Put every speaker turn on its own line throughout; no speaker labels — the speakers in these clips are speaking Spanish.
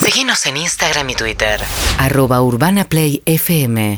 Seguinos en Instagram y Twitter.
arroba urbanaplayfm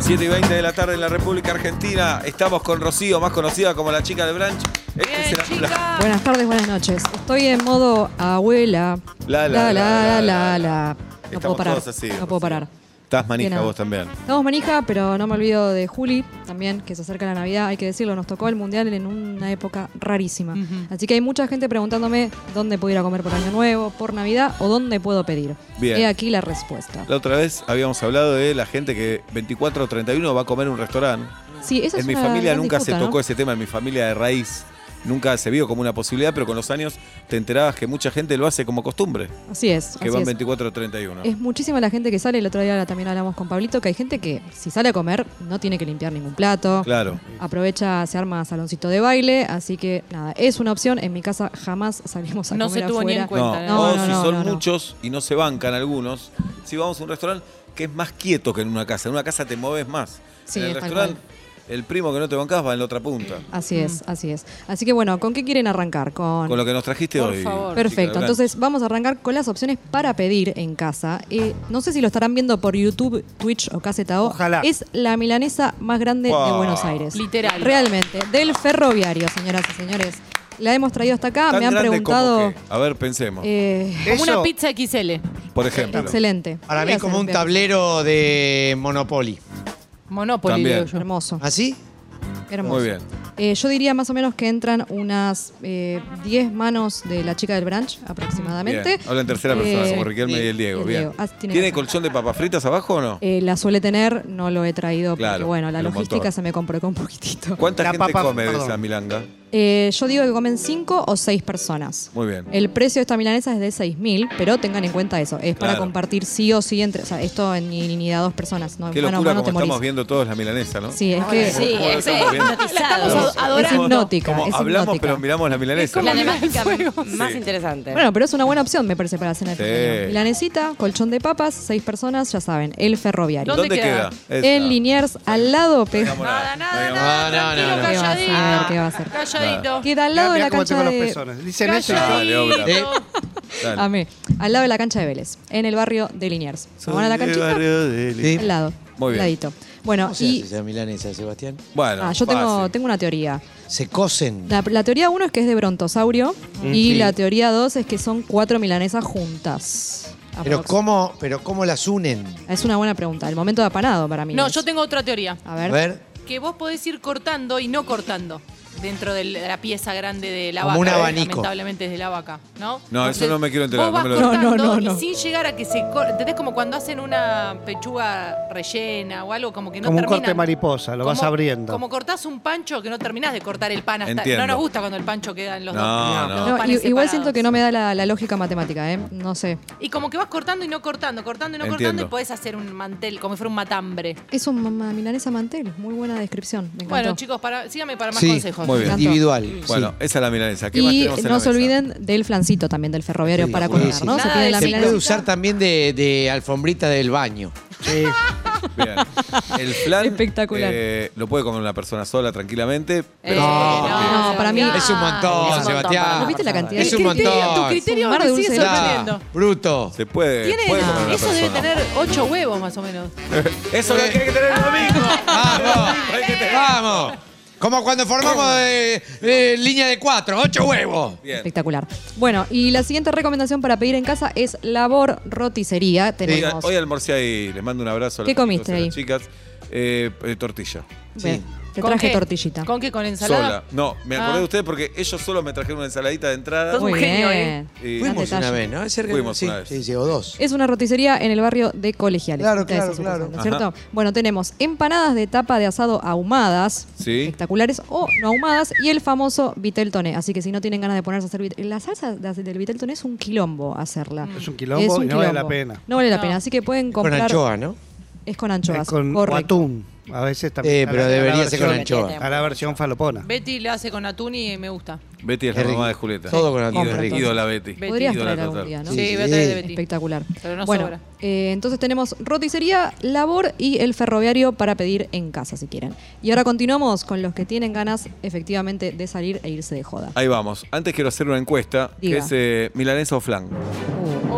Siete y 20 de la tarde en la República Argentina. Estamos con Rocío, más conocida como la chica de Branch. Este
Bien,
será- la-
chica.
Buenas tardes, buenas noches. Estoy en modo abuela.
La, la, la, la, la.
No
Estamos
puedo parar.
todos así,
no
Rocío.
puedo parar.
Estás
Bien,
manija
nada.
vos también.
Estamos manija, pero no me olvido de Juli también, que se acerca la Navidad, hay que decirlo, nos tocó el Mundial en una época rarísima. Así que hay mucha gente preguntándome dónde puedo ir a comer por Año Nuevo, por Navidad o dónde puedo pedir.
Bien.
He aquí la respuesta.
La otra vez habíamos hablado de la gente que 24 o 31 va a comer en un restaurante.
Sí, esa es
En mi
una
familia
gran
nunca
disputa,
se
¿no?
tocó ese tema, en mi familia de raíz. Nunca se vio como una posibilidad, pero con los años te enterabas que mucha gente lo hace como costumbre,
Así es.
que
así
van
es.
24 o 31.
Es muchísima la gente que sale. El otro día también hablamos con Pablito que hay gente que si sale a comer no tiene que limpiar ningún plato.
Claro.
Aprovecha, se arma saloncito de baile, así que nada, es una opción. En mi casa jamás salimos a
No
comer
se tuvo ni
afuera.
en
No,
cuenta, ¿no?
o
No, no,
si
no,
son
no, no.
muchos y no se bancan algunos, si vamos a un restaurante que es más quieto que en una casa. En una casa te mueves más.
Sí,
en el
tal
restaurante, el primo que no te bancás va en la otra punta.
Así es,
Mm.
así es. Así que bueno, ¿con qué quieren arrancar? Con,
Con lo que nos trajiste
Por
hoy.
favor.
Perfecto,
chica de
entonces vamos a arrancar con las opciones para pedir en casa. Eh, no sé si lo estarán viendo por YouTube, Twitch o Casetao.
Ojalá.
Es la milanesa más grande de
Wow.
Buenos Aires.
Literal.
Realmente, del ferroviario, señoras y señores. La hemos traído hasta acá,
Tan
ah, me han
grande como
preguntado.
que- a ver, pensemos.
eh,
Como una
Eso,
pizza XL.
Por ejemplo.
excelente.
Para
Voy
mí
a
como
hacer
un
pedazo.
tablero de Monopoly.
Monopoly,
También.
digo yo.
Hermoso.
¿Así?
Hermoso.
Muy bien.
Eh, yo diría más o menos que entran unas eh, 10 manos de la chica del branch
Bien.
aproximadamente.
Habla en tercera persona,
Eh,
como Riquelme y el Diego.
el
Bien.
Diego. Ah, tiene
¿Tiene,
razón.
colchón de papas fritas abajo o no?
Eh, la suele tener, no lo he traído porque,
Claro,
bueno, la
era un
logística
montón.
se me complicó un poquitito.
¿Cuánta
la
gente
papa-
come de
perdón.
esa milanga?
Eh, yo digo que comen 5 o 6 personas.
Muy bien.
El precio de esta milanesa es de 6.000, pero tengan en cuenta eso. Es para
Claro.
compartir sí o sí entre. O sea, esto ni, ni, ni a dos personas. No,
Qué
mano
locura
a mano
como
te
estamos
morís.
viendo todos la milanesa, ¿no?
Sí, es que
Sí,
¿Cómo lo
es
estamos viendo?
Estamos
hipnotizado.
es
adorando.
hipnótica.
Como
es
hablamos,
hipnótica.
pero miramos la milanesa.
La
como
¿no?
mirar el
dinámica
fuego.
más
Sí.
interesante.
Bueno, pero es una buena opción, me parece, para cenar.
Sí.
familiar. Milanesita, colchón de papas, seis personas, ya saben, el ferroviario.
¿Dónde
¿Dónde
queda?
queda?
Esa.
En Liniers, al lado, pe-
Digamos
Nada, nada,
digamos
nada.
No, no,
tranquilo,
no, no.
¿Qué va a hacer? ¿Qué va
calladito.
a hacer?
Calladito.
queda al lado de
Mirá
la
cómo
cancha
tengo los
de...
pezones. Dicen eso. y-
Dale, obra.
Calladito.
Dale.
Amé. Al lado de la cancha de Vélez, en el barrio de Liniers. ¿Se van a la canchita?
Sí.
Al lado.
Muy bien.
al ladito. Bueno,
¿Cómo se hace
¿Eh? y...
esa milanesa, Sebastián?
Bueno,
Ah, yo tengo,
fácil.
tengo una teoría.
Se cocen.
La, la teoría 1 es que es de brontosaurio y
Mm. Sí.
la teoría 2 es que son cuatro milanesas juntas.
Pero
Aprox.
¿cómo, pero ¿cómo las unen?
Es una buena pregunta. El momento de apanado para mí.
No,
es.
yo tengo otra teoría.
A
A
ver.
ver,
Que vos podés ir cortando y no cortando dentro de la pieza grande de la
Como
vaca.
un
que
abanico.
Lamentablemente es de la vaca, ¿no?
No, eso no me quiero enterar,
Vos vas
no me lo-
cortando
No, no, no, no.
y sin llegar a que se corte. ¿Entendés? Como cuando hacen una pechuga rellena o algo, como que no
Como un
terminan.
corte de mariposa, lo vas
Como-
abriendo.
Como cortás un pancho que no terminás de cortar el pan hasta.
Entiendo.
No nos gusta cuando el pancho queda en los
No,
dos.
no.
los dos
No,
panes
i- igual
separados.
siento que no me da la, la lógica matemática, ¿eh? No sé.
Y como que vas cortando y no cortando, cortando y no cortando,
Entiendo.
y podés hacer un mantel, como si fuera un matambre.
Es un mamá milanesa mantel. Muy buena descripción. Me encantó.
Bueno, chicos, para, síganme para más
Sí,
consejos.
muy bien.
encantó.
individual.
Bueno, esa es la milanesa. ¿Qué más
y
tenemos en la
no se
mesa?
olviden del flancito también del ferroviario
Sí,
para
sí,
cortar,
sí.
¿no? Se
Nada
tiene
de
la
Se
decir-
puede
milanesa.
usar también de, de alfombrita del baño.
Sí.
Bien. El flan.
Espectacular.
eh, lo puede comer una persona sola tranquilamente. Pero
Eh,
se puede
no.
compartir.
No, para mí-
Sebastián.
Es un montón,
es un montón
Sebastián.
para-
¿No viste la cantidad de-
Es un
Tu criterio- Tu
montón.
criterio
Un mar de
me sigue
dulce de leche.
sorprendiendo.
Ah,
Eh.
Bruto.
Se puede.
Tiene-
puede comer una
eso debe
persona.
tener ocho huevos más o menos.
Eso
Eh.
es lo que hay que tener el domingo.
¡Vamos! ¡Vamos! Como cuando formamos eh, eh, línea de cuatro, ocho huevos.
Bien.
Espectacular. Bueno, y la siguiente recomendación para pedir en casa es labor roticería.
Hoy,
Tenemos.
hoy almorcé ahí. Les mando un abrazo a los
¿Qué
chicos
comiste
y a las
ahí?
chicas. Eh, eh, tortilla.
Bien, Te
¿Con
traje
qué?
tortillita.
¿Con qué? ¿Con
Sola.
ensalada?
No, me acordé
Ah.
de ustedes porque ellos solos me trajeron una ensaladita de entrada.
Sos un
Muy
genio,
bien.
Y-
Gran
Fuimos una
detalle.
vez, ¿no? Es cerca-
Fuimos
sí, Eh,
una vez.
Sí, sí, o dos.
Es una roticería en el barrio de Colegiales.
Claro,
Ustedes
claro,
se sucursal,
claro.
¿no es cierto? Bueno, tenemos empanadas de tapa de asado ahumadas,
Sí.
espectaculares o no ahumadas, y el famoso Viteltoné. Así que si no tienen ganas de ponerse a hacer vit- La salsa de- del Viteltoné es un quilombo hacerla.
Es un quilombo y no vale la pena.
No vale la
No.
pena, así que pueden
Con
comprar.
anchoa, ¿no?
Es con anchoas.
Es con o
correcto.
atún.
A veces
Eh,
también.
pero
a la-
debería ser con
a la versión-
anchoa.
A la versión falopona.
Betty lo hace con atún y me gusta.
Betty es la
Es rico.
mamá de Julieta.
Todo con atún,
Ídola-
es rico.
Ídola Betty.
Betty.
Podrías
Ídola
traer algún
total.
día, ¿no?
Sí,
Sí,
voy a traer de
sí.
Betty.
Espectacular.
Pero no
bueno,
sobra.
eh, entonces tenemos roticería, labor y el ferroviario para pedir en casa si quieren. Y ahora continuamos con los que tienen ganas efectivamente de salir e irse de joda.
Ahí vamos. Antes quiero hacer una encuesta,
Diga.
que es eh, milanesa o flan.
Uh,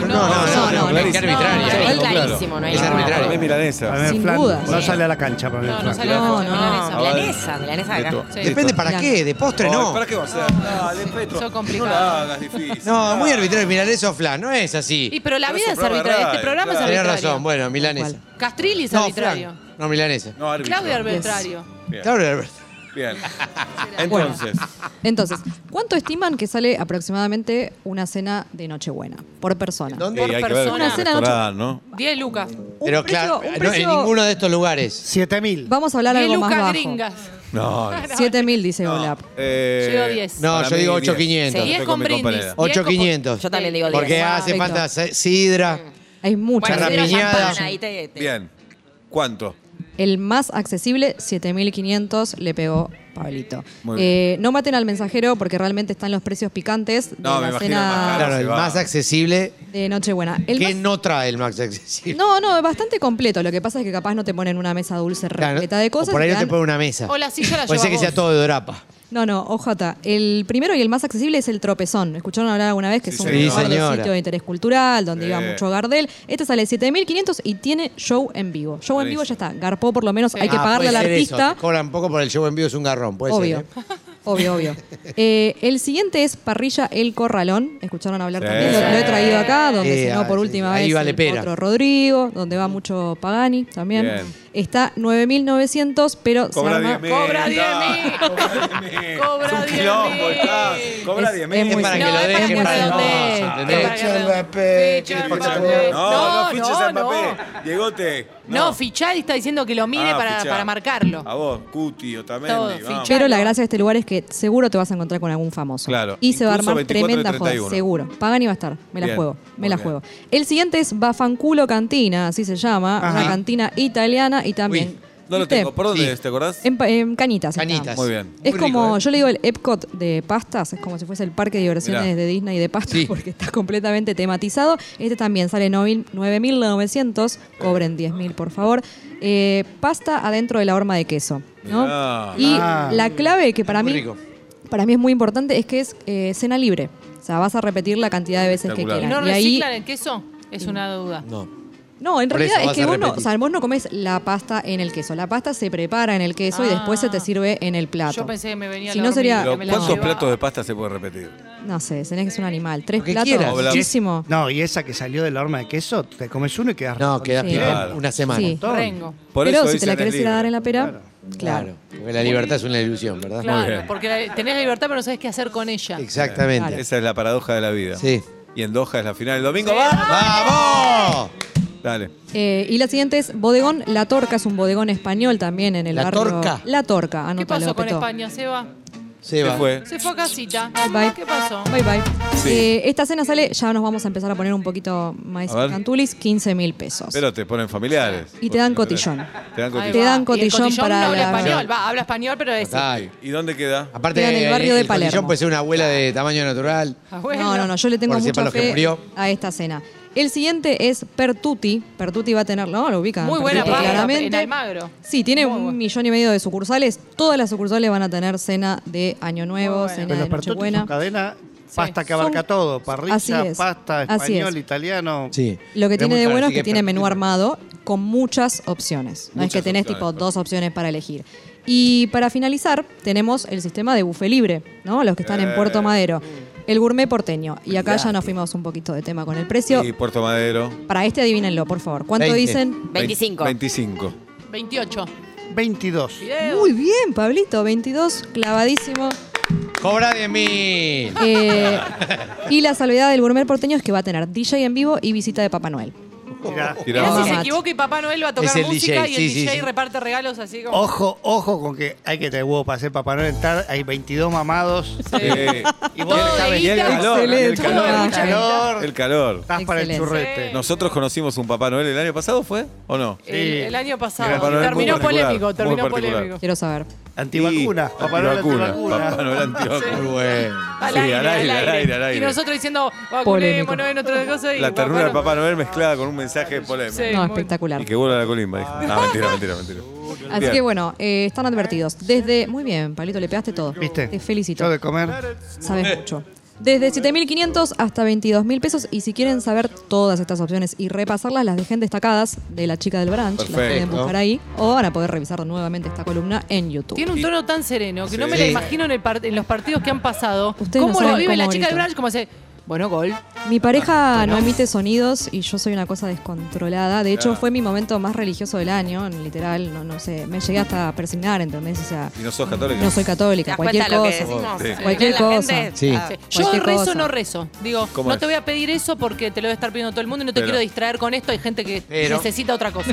Oh, no,
No, no, no, no,
no,
es que
no,
arbitraria.
no,
¿eh?
es clarísimo, no hay
Es
nada.
Para mí es
arbitraria.
milanesa.
Para mí el
Sin
flan
duda.
No
Sí.
sale a la cancha para mí el
No, no
flan.
sale a la
No,
cancha,
no,
milanesa.
no.
Milanesa, milanesa
De
acá.
todo.
Sí.
Depende para
Blanco.
qué, de postre no.
Ay, ¿Para qué va a ser? eh, Dale, Petro.
Son
No la
complicadas.
hagas difícil.
No, muy
Dale.
arbitrario. Milanesa o flan, no es
Y
así.
pero la
Pero
vida
es
es
un programa de
arbitraria. Este
radio,
programa es
claro.
Tenés
arbitrario.
razón, bueno, milanesa.
¿Cuál?
Castrilli es
No,
arbitrario.
flan. No, milanesa.
No, árbitro.
Claudio arbitrario.
Bien.
Claro, Alberto.
Bien. Entonces,
Entonces, ¿cuánto estiman que sale aproximadamente una cena de Nochebuena por persona?
eh, hay que ver
persona.
el
Cena
restaurante, ¿no?
10 lucas.
Un
Pero
precio-
claro,
un
no, en
precio-
ninguno de estos lugares.
7000.
Vamos a hablar
10
algo más
lucas
bajo.
gringas.
No.
7000 dice Olap.
Eh,
Yo digo 10.
No,
para
yo
mí
digo
10.
8.500.
Sí,
Diez
estoy
con
con mi
brindis.
compañera.
8.500.
Yo también digo 10.
Porque hace
Perfecto.
falta ce- sidra.
Hay mucha
Bueno,
gente.
pero ya- Champiñada.
ahí te, te-
Bien. ¿Cuánto?
El más accesible, 7500, le pegó Pablito.
Muy bien.
Eh, no maten al mensajero porque realmente están los precios picantes de
No, me
la
imagino más
cena
caro.
Claro,
se
el
va.
más accesible.
de Nochebuena. El
que
más-
no trae el Max accesible?
No, no, es bastante completo. Lo que pasa es que capaz no te ponen una mesa dulce
Claro,
repleta de
o
cosas.
Por
y
ahí
te
no te
dan-
pone una mesa.
O la silla la
Puede ser que
llevas
sea
vos.
todo de drapa.
No, no, OJ. El primero y el más accesible es el tropezón. ¿Escucharon hablar alguna vez? Que
Sí,
es un
señora.
lugar de
Sí, señora.
sitio de interés cultural donde
Sí.
iba mucho Gardel. Este sale 7500 y tiene show en vivo. Show en vivo ya
Buenísimo.
está. Garpó por lo menos. Hay que
Ah,
pagarle al
puede ser eso,
artista.
te cobran poco por el show en vivo, es un garrón. Puede
Obvio.
ser. ¿eh?
Obvio, obvio. Eh, el siguiente es Parrilla El Corralón. Escucharon hablar
Sí.
también. Lo, lo he traído acá, donde
Sí,
cenó
ah,
por
sí,
última
ahí
vez
vale
el
pera.
otro Rodrigo, donde va mucho Pagani también.
Bien.
Está 9.900, pero se
Cobra
arma-
10 mil.
Cobra 10.000. Cobra
Cobra 10 mil. Es un
10.000.
quilombo, está. Cobra
Es-
10
es
mil.
Es
muy
para que
simple.
lo
No, es para
dejen
que
para el
redondee.
mozo,
Es
¿entendés?
para que redondee. Ficha Mbappé.
No, no, fiches a
No, no,
Mbappé.
no.
Diegote.
No, Fichadi está diciendo que lo mire
Ah,
para,
fichá. Ah,
para marcarlo.
A vos, Cuti,
Todo,
Otamendi. vamos.
fichá.
Pero la gracia de este lugar es que seguro te vas a encontrar con algún famoso.
Claro.
Y se va a
Incluso
armar
24 y
tremenda joda,
31.
seguro. Pagani va a estar, me la
Bien,
juego, me
muy
la
bien.
juego. El siguiente es Bafanculo Cantina, así se llama,
Ajá.
una cantina italiana y también...
Uy,
No lo
¿viste?
tengo. ¿Por dónde
Sí.
es? ¿Te acordás?
En, pa- en Cañitas. está.
Cañitas.
Muy bien.
Es
Muy rico,
como,
¿eh?
yo le digo el Epcot de pastas, es como si fuese el parque de diversiones
Mirá.
de Disney de pastas,
Sí.
porque está completamente tematizado. Este también sale 9.000 9.900, cobren 10.000 por favor. Eh, pasta adentro de la horma de queso. ¿no?
Mirá.
Y
Ah.
la clave que para
Muy
mí,
rico.
para mí es muy importante es que es eh, cena libre. O sea, vas a repetir la cantidad de veces que
Espectacular.
quieras.
¿Y no
Y ahí-
reciclan el queso? Es una duda.
No.
no, en
Por
realidad
eso
es
vas
que
a
vos no, o
repetir.
sea, vos no comes la pasta en el queso. La pasta se prepara en el queso y
Ah.
después se te sirve en el plato.
Yo pensé que me venía
Si
la
no sería-
Pero,
hormiga,
me la
¿Cuántos
llevaba.
platos de pasta se puede repetir?
No sé, tenés que ser un animal. Tres
Lo que
platos,
quieras.
Habla-
muchísimo.
No, y esa que salió de la horma de queso, te comes uno y quedas
No, quedas
Sí.
picado
Claro.
una semana.
Sí.
Todo.
Rengo.
Por
Pero
eso
si te
dicen
la
es
querés ir a dar
libre.
en la pera, claro.
Claro. Porque la libertad es una ilusión, ¿verdad?
Muy
Claro,
bien.
porque la- tenés la libertad, pero no sabés qué hacer con ella.
Exactamente.
Claro.
Esa es la paradoja de la vida.
Sí.
Y en Doha es la final. El domingo va.
Ah.
¡Vamos!
Dale.
Eh, y la siguiente es Bodegón La Torca, es un bodegón español también en el
La
barrio.
Torca.
La Torca,
¿Qué
anótalo.
pasó con
Petó.
España, Seba?
Se
Se
va.
fue.
Se fue a casita.
Bye bye.
¿Qué pasó?
Bye bye.
Sí.
Eh, esta cena sale, ya nos vamos a empezar a poner un poquito más
A ver.
cantulis, 15 mil pesos.
Pero te ponen familiares.
Y te dan cotillón.
Te dan
Ahí
Te
cotillón.
va.
dan
Y el
cotillón para
no habla
la-
español. Va, habla español, pero es...
Ay.
¿Y dónde queda?
Aparte,
Queda en el barrio de
cotillón
Palermo.
puede ser una abuela de tamaño natural.
Abuelo.
No, no, no, yo le tengo
Por si
mucha
para los que
fe
murió.
a esta cena. El siguiente es Pertuti. Pertuti va a tener, no, lo ubican.
Muy buena
Pertuti,
pasta,
claramente.
en Almagro.
Sí, tiene
Muy
un
buena.
millón y medio de sucursales. Todas las sucursales van a tener cena de Año Nuevo,
Muy buena.
cena
Pero
de
los pertutis
Nochebuena.
son cadena,
Sí.
pasta que abarca
Son-
todo.
Así
Parrilla,
es.
pasta,
Así es.
español, italiano.
Sí.
Lo que
Es
tiene
muy
de
caro,
bueno es
así
que tiene
per-
menú armado con muchas opciones. No es que
Muchas
tenés
opciones,
tipo
perfecto.
dos opciones para elegir. Y para finalizar, tenemos el sistema de buffet libre, ¿no? Los que están en Puerto Madero. El gourmet porteño. Y acá ya nos fuimos un poquito de tema con el precio.
Y Puerto Madero.
Para este adivínenlo, por favor. ¿Cuánto
20.
dicen?
25.
25.
28.
22.
Video.
Muy bien, Pablito, 22, clavadísimo.
Cobra de mí.
Eh, y la salvedad del gourmet porteño es que va a tener DJ en vivo y visita de Papá Noel.
Mirá.
Tirá.
Mirá
Mamá
si se
Mate.
equivoca y Papá Noel va a tocar
Es el
música
DJ,
y el
sí, sí,
DJ
sí.
reparte regalos así como.
Ojo, ojo con que hay que tener huevo para ser Papá Noel. Tar- Hay 22 mamados.
Eh,
Y vos
Todo de
sabés,
y el
guita.
calor, y el
Excelente. Ah.
calor.
el calor.
El calor.
Estás para el
Excelente.
churrete.
Nosotros conocimos un Papá Noel el año pasado, ¿fue? ¿O no?
El, el año
Era Papá
pasado.
Noel muy
Terminó
particular,
polémico,
muy
terminó
particular.
polémico.
Quiero saber.
Antivacunas. Papá Noel antivacuna.
Papá Noel antivacuna.
Muy bueno.
Al
Sí,
aire,
al aire, al aire, al aire.
Y nosotros diciendo,
Polémico.
vacunémonos en otra cosa. y
La ternura de
bueno,
Papá Noel mezclada con un mensaje polémico.
Sí,
No,
muy-
espectacular.
Y que vuelva a la colimba,
Ah.
dijo. No, mentira, mentira, mentira.
Así
Bien.
que bueno, eh, están advertidos. Desde. Muy bien, Palito, le pegaste todo.
¿Viste?
Te felicito.
Todo de comer.
Sabes mucho. Desde 7.500 hasta 22.000 pesos. Y si quieren saber todas estas opciones y repasarlas, las dejen destacadas de la chica del branch. Las pueden
Perfecto.
buscar ahí. O van a poder revisar nuevamente esta columna en YouTube.
Tiene un tono tan sereno que no me
Sí.
lo imagino en, el par- en los partidos que han pasado.
Ustedes no
¿Cómo
saben
lo vive
cómo
la chica del
grita.
Branch? Como hace, bueno, gol.
Mi
Ah,
pareja no emite sonidos y yo soy una cosa descontrolada. De hecho, fue mi momento más religioso del año, literal. No, no sé, me llegué hasta a persignar, ¿entendés? O sea,
¿Y no sos católica?
no soy
¿Te
católica,
das
cualquier
cuenta lo que
cosa.
decimos?
Sí.
Eh,
Cualquier
la
cosa.
gente-
Sí.
Ah,
Yo
Cualquier
rezo
cosa.
o no rezo. Digo,
¿Cómo
no
es?
te voy a pedir eso porque te lo debe estar pidiendo todo el mundo y no te
Pero-
quiero distraer con esto. Hay gente que
Pero-
necesita otra cosa.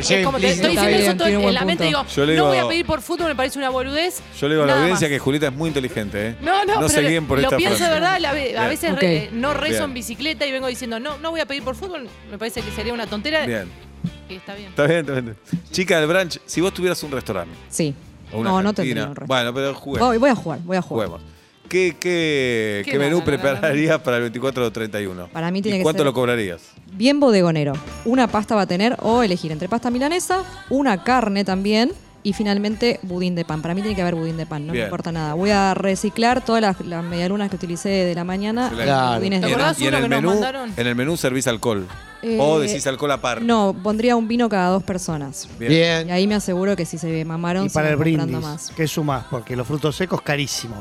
Sí,
es como te
implícito.
estoy diciendo
Está bien,
eso todo
tiene un
en la
buen
mente.
punto.
Digo,
Yo le digo-
no voy a pedir por fútbol, me parece una boludez.
Yo le digo a la
nada
audiencia
más.
que Julita es muy inteligente, ¿eh?
No, no,
No
pero
se guíen por
lo
esta
pienso
frase.
de verdad, la ve- a
Bien.
veces
Ok.
re- eh, no rezo
Bien.
en bicicleta y vengo diciendo, no, no voy a pedir por fútbol, me parece que sería una tontera.
Bien.
Y está bien.
Está bien, está bien. Chica del branch, si vos tuvieras un restaurante.
Sí.
o una
No, no
cantina,
tendría un resto.
Bueno, pero juguemos.
Voy, voy a jugar, voy a jugar.
juguemos. ¿Qué, qué,
¿Qué
qué menú
van a ganar?
prepararías para el 24 o 31?
Para mí tiene
¿Y
que
¿Cuánto
ser-
lo cobrarías?
Bien bodegonero. Una pasta va a tener o elegir entre pasta milanesa, una carne también y finalmente budín de pan. Para mí tiene que haber budín de pan, no
Bien.
me importa nada. Voy a reciclar todas las, las medialunas que utilicé de la mañana.
Excelente.
los
Claro.
budines
¿Te
de pan.
acordás
en
uno
el
que nos
menú,
mandaron?
en el menú servís alcohol.
Eh,
o decís alcohol aparte.
No, pondría un vino cada dos personas. Y
Bien.
ahí me aseguro que si se mamaron,
Y para el
siguen comprando
brindis,
más.
¿qué sumás? Porque los frutos secos carísimos.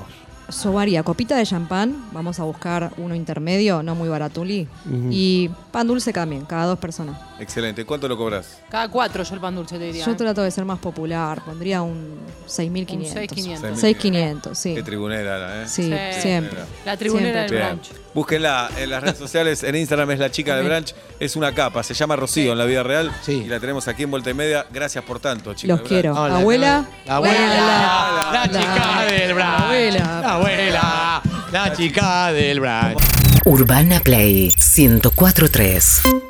Sobaría copita de champán, vamos a buscar uno intermedio, no muy baratuli. Y pan dulce también, cada dos personas.
Excelente. ¿Cuánto lo cobras?
Cada cuatro yo el pan dulce te diría.
Yo
¿eh?
trato de ser más popular, pondría un
Un
6.500.
6.500.
6.500, sí.
Qué tribunera, era, ¿eh?
Sí,
Sí.
siempre.
La tribunera del
Siempre.
Bien.
brunch.
Búsquenla en las redes sociales. En Instagram es la chica de branch. Es una capa. Se llama Rocío en la vida real.
Sí.
Y la tenemos aquí en Vuelta y Media. Gracias por tanto, chicos.
Los quiero.
Hola,
abuela.
La abuela. La, chica del branch.
abuela.
La abuela. La chica del branch.
Urbana Play 1043.